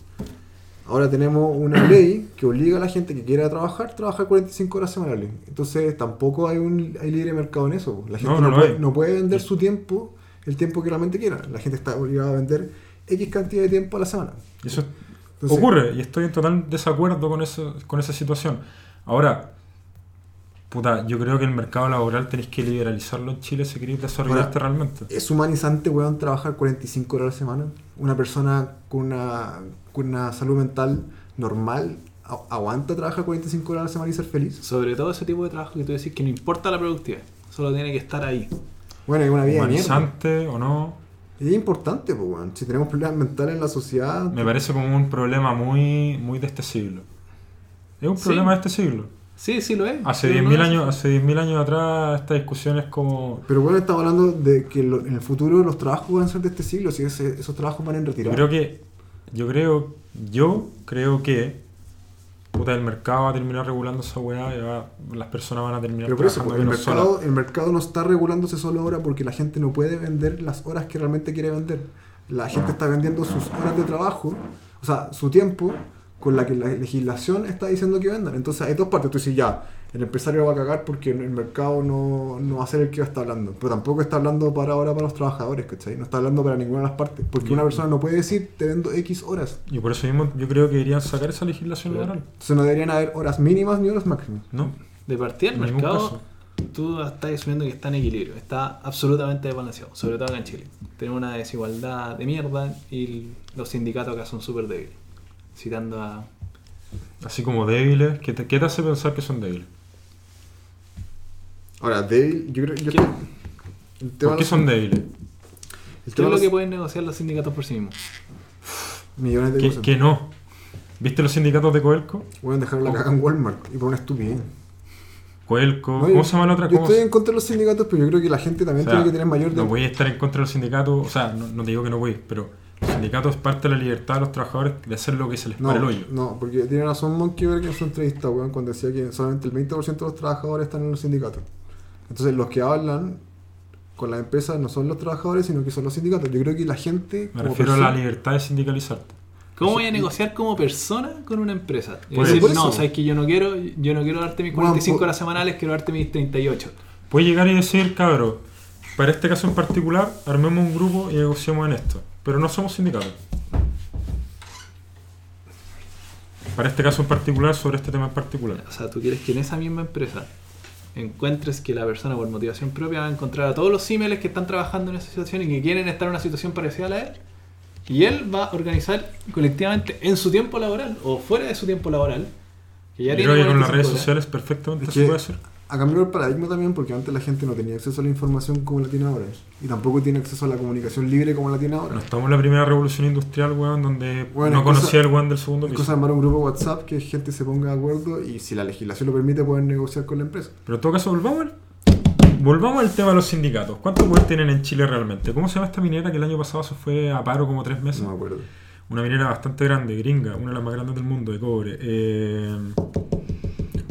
Ahora tenemos una (clears throat) ley que obliga a la gente que quiera trabajar, trabajar 45 horas semanales. Entonces tampoco hay un hay libre mercado en eso. La gente No, no no, lo puede, hay. no puede vender su tiempo, el tiempo que realmente quiera. La gente está obligada a vender X cantidad de tiempo a la semana. Y eso Entonces- ocurre, y estoy en total desacuerdo con, eso, con esa situación. Ahora, puta, yo creo que el mercado laboral tenéis que liberalizarlo en Chile si queréis desarrollarte realmente. ¿Es humanizante, weón, trabajar 45 horas a la semana? ¿Una persona con una, con una salud mental normal a- aguanta trabajar 45 horas a la semana y ser feliz? Sobre todo ese tipo de trabajo que tú decís que no importa la productividad, solo tiene que estar ahí. Bueno, es una vida de mierda. Humanizante o no, Y es importante, pues, weón. Si tenemos problemas mentales en la sociedad, me parece como un problema muy, muy de este siglo. Es un Sí. problema de este siglo. Sí, sí lo es. Hace Pero 10.000 no es- años, hace 10.000 años atrás esta discusión es como... Pero bueno, estamos hablando de que lo- en el futuro los trabajos van a ser de este siglo, si ese- esos trabajos van en Yo retirada. creo que. Yo creo. Yo creo que. Puta, el mercado va a terminar regulando esa weá y va- las personas van a terminar Pero por eso, pues, trabajando el menos solas. mercado, el mercado no está regulándose solo ahora porque la gente no puede vender las horas que realmente quiere vender. La gente está vendiendo sus horas de trabajo, o sea, su tiempo, con la que la legislación está diciendo que vendan. Entonces hay dos partes. Tú dices, ya, el empresario va a cagar porque el mercado no, no va a ser el que va a estar hablando. Pero tampoco está hablando para ahora para los trabajadores, ¿cachai? No está hablando para ninguna de las partes. Porque una persona no puede decir, te vendo X horas. Y por eso mismo yo creo que deberían sacar esa legislación Pero- laboral. Entonces no deberían haber horas mínimas ni horas máximas. ¿No? De partida el En ningún mercado, caso. tú estás asumiendo que está en equilibrio, está absolutamente desbalanceado, sobre todo acá en Chile. Tenemos una desigualdad de mierda y los sindicatos acá son súper débiles. Citando a... Así como débiles. ¿Qué te, qué te hace pensar que son débiles? Ahora, débil, yo creo... Yo ¿Qué- el ¿Por tema de qué los- son débiles? el ¿Qué tema es de lo que los- pueden negociar los sindicatos por sí mismos? Millones de ¿Qué, cosas. qué no? ¿Viste los sindicatos de Coelco? Pueden dejar la Oh. caga en Walmart y por una estupidez. Coelco. No, yo- Oh. ¿Cómo se llama la otra Yo cosa? estoy en contra de los sindicatos, pero yo creo que la gente O también sea, tiene que tener mayor de... no voy a estar en contra de los sindicatos, o sea, no, no te digo que no voy, pero los sindicatos es parte de la libertad de los trabajadores de hacer lo que se les no, para el hoyo. no, porque tiene razón Monkeyberg en su entrevista, weón, cuando decía que solamente el 20% de los trabajadores están en los sindicatos. Entonces, los que hablan con las empresas no son los trabajadores, sino que son los sindicatos. Yo creo que la gente... Me como refiero a la persona- libertad de sindicalizarte. ¿Cómo Eso- voy a negociar como persona con una empresa? Y Por decir, eso. no, sabes que yo no quiero, yo no quiero darte mis Bueno, 45 por- horas semanales, quiero darte mis 38. Puedes llegar y decir, cabro, para este caso en particular, armemos un grupo y negociemos en esto. Pero no somos sindicatos. Para este caso en particular, sobre este tema en particular. O sea, tú quieres que en esa misma empresa encuentres que la persona por motivación propia va a encontrar a todos los símiles que están trabajando en esa situación y que quieren estar en una situación parecida a la de él. Y él va a organizar colectivamente en su tiempo laboral o fuera de su tiempo laboral. Que ya Yo tiene ¿eh? creo que con las 45 redes horas. sociales perfectamente Es se que- puede hacer. Ha cambiado el paradigma también porque antes la gente no tenía acceso a la información como la tiene ahora. Y tampoco tiene acceso a la comunicación libre como la tiene ahora. No estamos en la primera revolución industrial, weón, donde Bueno, no es cosa- conocía el weón del segundo Es piso. cosa de armar un grupo de WhatsApp que gente se ponga de acuerdo y si la legislación lo permite pueden negociar con la empresa. Pero en todo caso, volvamos al, volvamos al tema de los sindicatos. ¿Cuántos poder tienen en Chile realmente? ¿Cómo se llama esta minera que el año pasado se fue a paro como tres meses? No me acuerdo. Una minera bastante grande, gringa, una de las más grandes del mundo de cobre. Eh,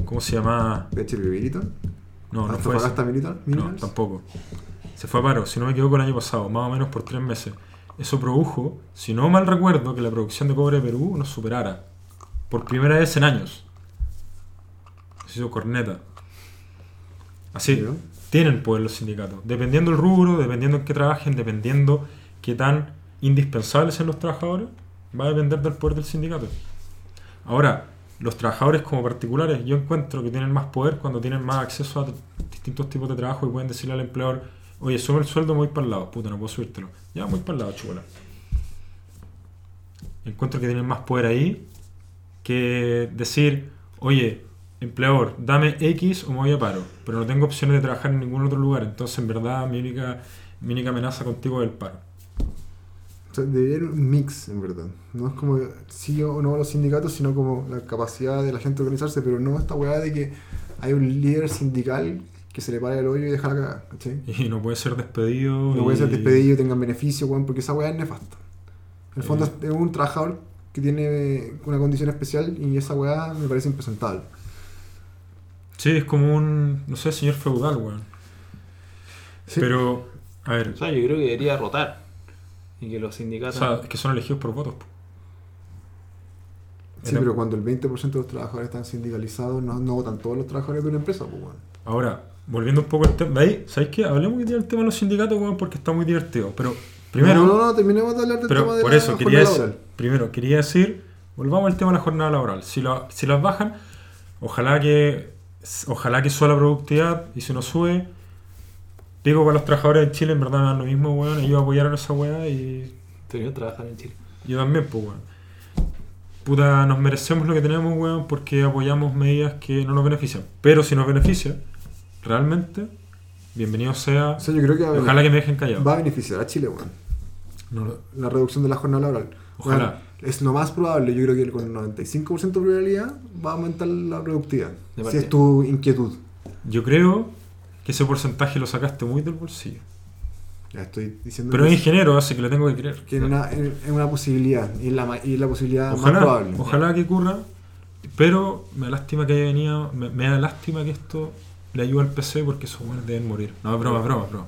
¿Cómo se llama? PHP Militar. No, no fue Antofagasta esa. Militar. No, Minerals. tampoco. Se fue a paro, si no me equivoco, el año pasado, más o menos por tres meses. Eso produjo, si no mal recuerdo, que la producción de cobre de Perú nos superara. Por primera vez en años. Se hizo corneta. Así, Ya. tienen poder los sindicatos. Dependiendo el rubro, dependiendo en qué trabajen, dependiendo qué tan indispensables sean los trabajadores, va a depender del poder del sindicato. Ahora, los trabajadores como particulares, yo encuentro que tienen más poder cuando tienen más acceso a distintos tipos de trabajo y pueden decirle al empleador, oye, sube el sueldo, me voy para el lado, puta, no puedo subírtelo. Ya, me voy para el lado, chupola. Encuentro que tienen más poder ahí que decir, oye, empleador, dame X o me voy a paro, pero no tengo opciones de trabajar en ningún otro lugar, entonces en verdad mi única, mi única amenaza contigo es el paro. (laughs) O sea, debería haber un mix, en verdad. No es como sí o no a los sindicatos, sino como la capacidad de la gente de organizarse, pero no esta weá de que hay un líder sindical que se le para el hoyo y deja la cagada, ¿cachai? Y no puede ser despedido. No puede ser y- despedido, tengan beneficio, weón, porque esa weá es nefasta. En el fondo Eh. es un trabajador que tiene una condición especial y esa weá me parece impresentable. Sí, es como un, no sé, señor feudal, weón. Sí. Pero, a ver, O sea, yo creo que debería rotar. Y que los o sindicatos... sea, es que son elegidos por votos. po. Sí, pero cuando el 20% de los trabajadores están sindicalizados, no, no votan todos los trabajadores de una empresa, pues, weón. Ahora, volviendo un poco al tema. Ahí, ¿sabéis qué? Hablemos hoy día del tema de los sindicatos, weón, porque está muy divertido. Pero primero, No, no, no, terminemos de hablar del pero tema de por la eso jornada quería decir, laboral. primero quería decir, volvamos al tema de la jornada laboral. Si, la- si las bajan, ojalá que ojalá que suba la productividad y si no sube, digo para los trabajadores de Chile, en verdad me dan lo mismo, weón, ellos apoyaron esa weá y Terminó de trabajar en Chile. yo también, pues, weón. Puta, nos merecemos lo que tenemos, weón, porque apoyamos medidas que no nos benefician. Pero si nos beneficia, realmente, bienvenido sea. O sea, yo creo que va a, Ojalá que me dejen callado. va a beneficiar a Chile, weón. No lo- La reducción de la jornada laboral. Ojalá. Weón, es lo más probable, yo creo que con 95% de probabilidad va a aumentar la productividad. De Si partida. es tu inquietud. Yo creo que ese porcentaje lo sacaste muy del bolsillo. Ya estoy diciendo Pero que, es ingeniero, así que le tengo que creer. que es, una, es una posibilidad. Y es la, ma- y es la posibilidad Ah, más Ojalá, probable. ojalá que ocurra. Pero me da lástima que haya venido. Me, me da lástima que esto le ayude al PC porque esos buenos deben morir. No, es broma, es broma, es broma.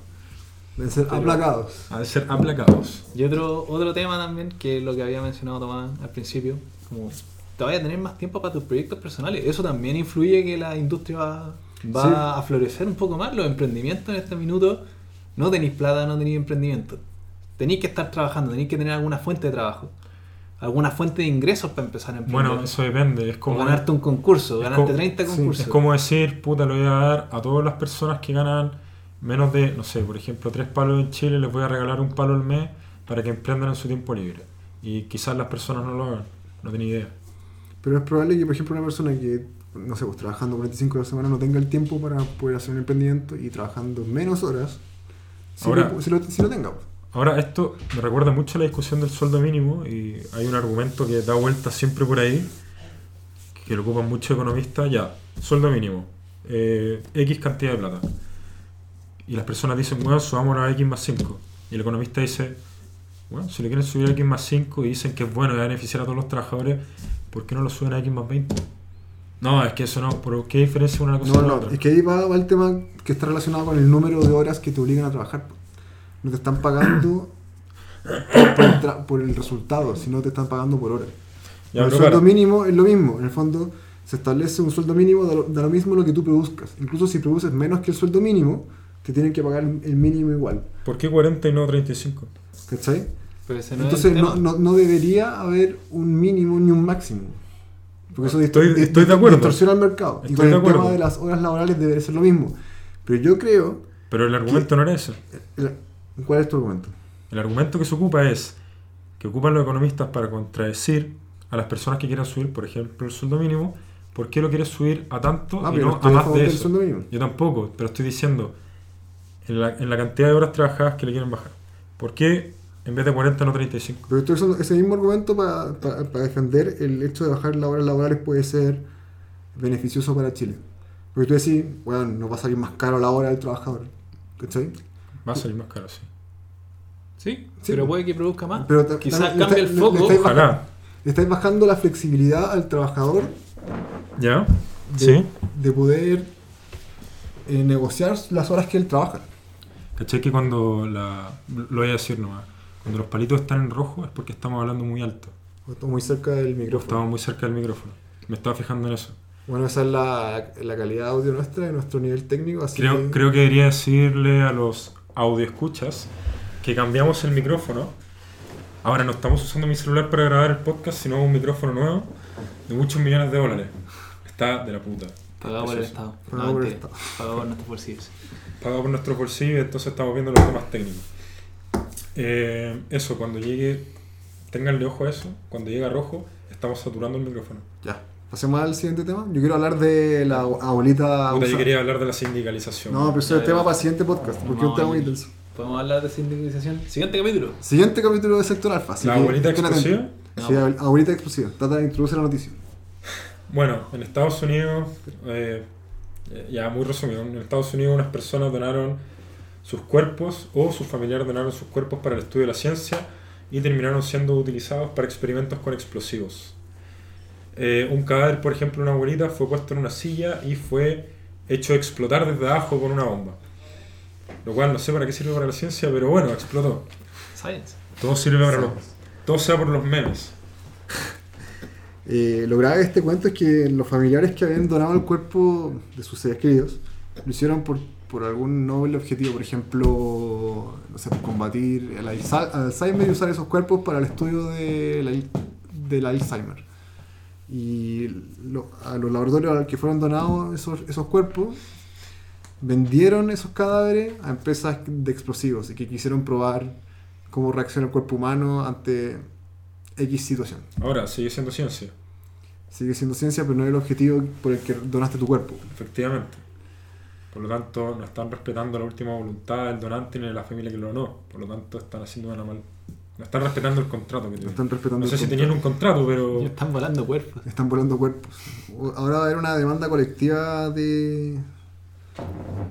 Deben ser Pero- aplacados. Ha de ser aplacados. Y otro, otro tema también, que es lo que había mencionado Tomás al principio, como te vaya a tener más tiempo para tus proyectos personales. Eso también influye que la industria va, va Sí. a florecer un poco más. Los emprendimientos en este minuto, no tenéis plata, no tenéis emprendimiento. Tenéis que estar trabajando, tenéis que tener alguna fuente de trabajo, alguna fuente de ingresos para empezar a emprender. Bueno, eso depende. Es como como, ganarte un concurso, es ganarte como- 30 sí, concursos. es como decir, puta, le voy a dar a todas las personas que ganan menos de, no sé, por ejemplo, tres palos en Chile, les voy a regalar un palo al mes para que emprendan en su tiempo libre. Y quizás las personas no lo hagan. No tenía idea. Pero es probable que, por ejemplo, una persona que, no sé, pues trabajando 45 horas a la semana no tenga el tiempo para poder hacer un emprendimiento y trabajando menos horas, si, Ahora- lo, si lo- si lo tenga. pues. Ahora, esto me recuerda mucho a la discusión del sueldo mínimo y hay un argumento que da vuelta siempre por ahí, que lo ocupan muchos economistas, ya, sueldo mínimo, eh, X cantidad de plata. Y las personas dicen, bueno, subamos a X más 5. Y el economista dice, bueno, si le quieren subir a X más 5 y dicen que es bueno y va a beneficiar a todos los trabajadores, ¿por qué no lo suben a X más 20? No, es que eso no, ¿por ¿qué diferencia una cosa No, de la no, otra? es que ahí va, va el tema que está relacionado con el número de horas que te obligan a trabajar. pues. No te están pagando por el, tra- por el resultado, sino te están pagando por hora. Ya, el pero sueldo claro. mínimo es lo mismo. En el fondo, se establece un sueldo mínimo, da lo, da lo mismo lo que tú produzcas. Incluso si produces menos que el sueldo mínimo, te tienen que pagar el el mínimo igual. ¿Por qué 40 y no 35? ¿Cachai? Pero ese no es el Entonces no, tema. no- no debería haber un mínimo ni un máximo. Porque eso Estoy- distor- di- estoy de di- acuerdo. distorsiona el mercado. y Estoy con de el tema acuerdo. de las horas laborales debe ser lo mismo. Pero yo creo... Pero el argumento no era ese. el- ¿Cuál es tu argumento? El argumento que se ocupa es que ocupan los economistas para contradecir a las personas que quieran subir, por ejemplo, el sueldo mínimo, ¿por qué lo quieres subir a tanto Ah, y pero no estoy a a más favor de del eso? sueldo mínimo. Yo tampoco, pero estoy diciendo en la, en la cantidad de horas trabajadas que le quieren bajar. ¿Por qué en vez de 40 no 35? Pero estoy usando ese mismo argumento para, para- para defender el hecho de bajar las horas laborales puede ser beneficioso para Chile. Porque tú decís, bueno, no va a salir más caro la hora del trabajador. ¿Cachai? Va a salir más caro, sí. Sí, Sí. pero puede que produzca más. Pero ta- Quizás también le cambie el está- le- le foco. está- Ojalá. Le estáis bajando la flexibilidad al trabajador ¿Ya? de, Sí. de poder eh, negociar las horas que él trabaja. ¿Cachai que cuando la... Lo voy a decir nomás. Cuando los palitos están en rojo es porque estamos hablando muy alto. Estoy muy cerca del micrófono. Estamos muy cerca del micrófono. Me estaba fijando en eso. Bueno, esa es la, la calidad de audio nuestra, de nuestro nivel técnico. Así Creo, que, creo que debería decirle a los audioescuchas que cambiamos el micrófono. Ahora no estamos usando mi celular para grabar el podcast, sino un micrófono nuevo de muchos millones de dólares. Está de la puta. Pagado por el Precioso. Estado. Pagado No, por el mentira. Pagado por nuestros bolsillos. Pagado por nuestros bolsillos, entonces estamos viendo los temas técnicos. Eh, eso, cuando llegue, tenganle ojo a eso. Cuando llega rojo, estamos saturando el micrófono. Ya. Pasemos al siguiente tema. Yo quiero hablar de la abuelita. Puta, yo abusada. quería hablar de la sindicalización. Ah, No, pero ese es Ya, el tema ya. para el siguiente podcast, porque es un Vamos tema ahí. muy intenso. Podemos hablar de sindicalización. Siguiente capítulo. Siguiente capítulo de Sector Alfa. así ¿La que abuelita estén atentos. explosiva? No. Sí, abuel- abuelita explosiva. Trata de introducir la noticia. Bueno, en Estados Unidos, eh, eh, ya muy resumido, en Estados Unidos unas personas donaron sus cuerpos o sus familiares donaron sus cuerpos para el estudio de la ciencia y terminaron siendo utilizados para experimentos con explosivos. Eh, un cadáver, por ejemplo, una abuelita, fue puesto en una silla y fue hecho explotar desde abajo con una bomba. Lo cual no sé para qué sirve para la ciencia, pero bueno, explotó. Science. Todo sirve para los... Todo sea por los memes. Eh, lo grave de este cuento es que los familiares que habían donado el cuerpo de sus seres queridos lo hicieron por, por algún noble objetivo, por ejemplo, no sé, combatir el alza- Alzheimer y usar esos cuerpos para el estudio de la- del Alzheimer. Y lo- a los laboratorios a los que fueron donados esos, esos cuerpos vendieron esos cadáveres a empresas de explosivos y que quisieron probar cómo reacciona el cuerpo humano ante X situación. Ahora, sigue siendo ciencia, Sigue siendo ciencia, pero no es el objetivo por el que donaste tu cuerpo. efectivamente. Por lo tanto, no están respetando la última voluntad del donante ni de la familia que lo donó. Por lo tanto, están haciendo una mal. No están respetando el contrato que No tienen. están respetando No sé el si contrato. tenían un contrato, pero. Y Están volando cuerpos. Están volando cuerpos. Ahora va a haber una demanda colectiva de.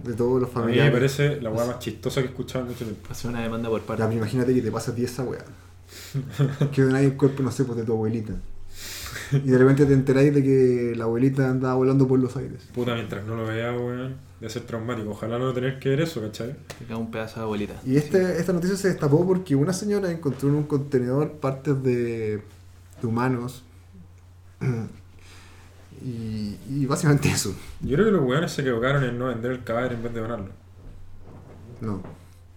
de todos los A mí me familiares. parece la weá más chistosa que he escuchado en mucho tiempo. Hace una demanda por parte. Ya, pero imagínate que te pasa a ti esa weá. (laughs) Que donáis el cuerpo, no sé, pues de tu abuelita. Y de repente te enteráis de que la abuelita andaba volando por los aires. Puta, mientras no lo vea, weón, debe ser traumático. Ojalá no tener que ver eso, ¿cachai? Te cae un pedazo de abuelita. Y este- esta noticia se destapó porque una señora encontró en un contenedor partes de, de humanos. (clears throat) Y, y básicamente eso. Yo creo que los weones se equivocaron en no vender el cadáver en vez de donarlo. No.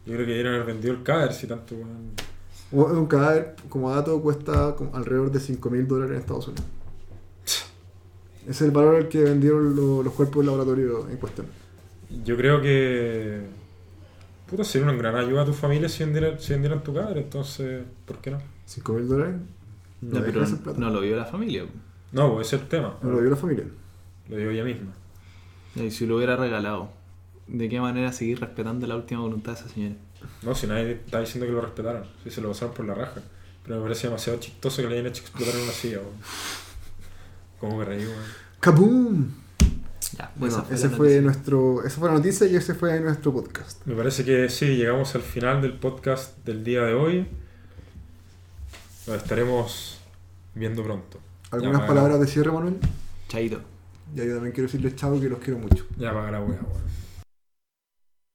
Yo creo que debieron haber vendido el cadáver si tanto, weón. Un un cadáver, como dato, cuesta como alrededor de 5 mil dólares en Estados Unidos. Es el valor al que vendieron lo- los cuerpos del laboratorio en cuestión. Yo creo que. Puta, sería una gran ayuda a tu familia si vendieran, si vendieran tu cadáver, entonces, ¿por qué no? 5 mil dólares. No, No, pero esa plata. no lo vio la familia. No, pues, ese es el tema. No lo dio la familia. Lo digo ella misma. Y si lo hubiera regalado, ¿de qué manera seguir respetando la última voluntad de esa señora? No, si nadie está diciendo que lo respetaron, si se lo pasaron por la raja. Pero me parece demasiado chistoso que le hayan hecho explotar en una silla, weón. Como me reí, weón. ¡Kaboom! Ya, pues Bueno, esa fue ese la fue noticia. nuestro, esa fue la noticia y ese fue nuestro podcast. Me parece que sí, llegamos al final del podcast del día de hoy. Nos estaremos viendo pronto. ¿Algunas Ya, bueno. palabras de cierre, Manuel? Chaito. Ya yo también quiero decirles chao que los quiero mucho. Ya paga la weá, weón.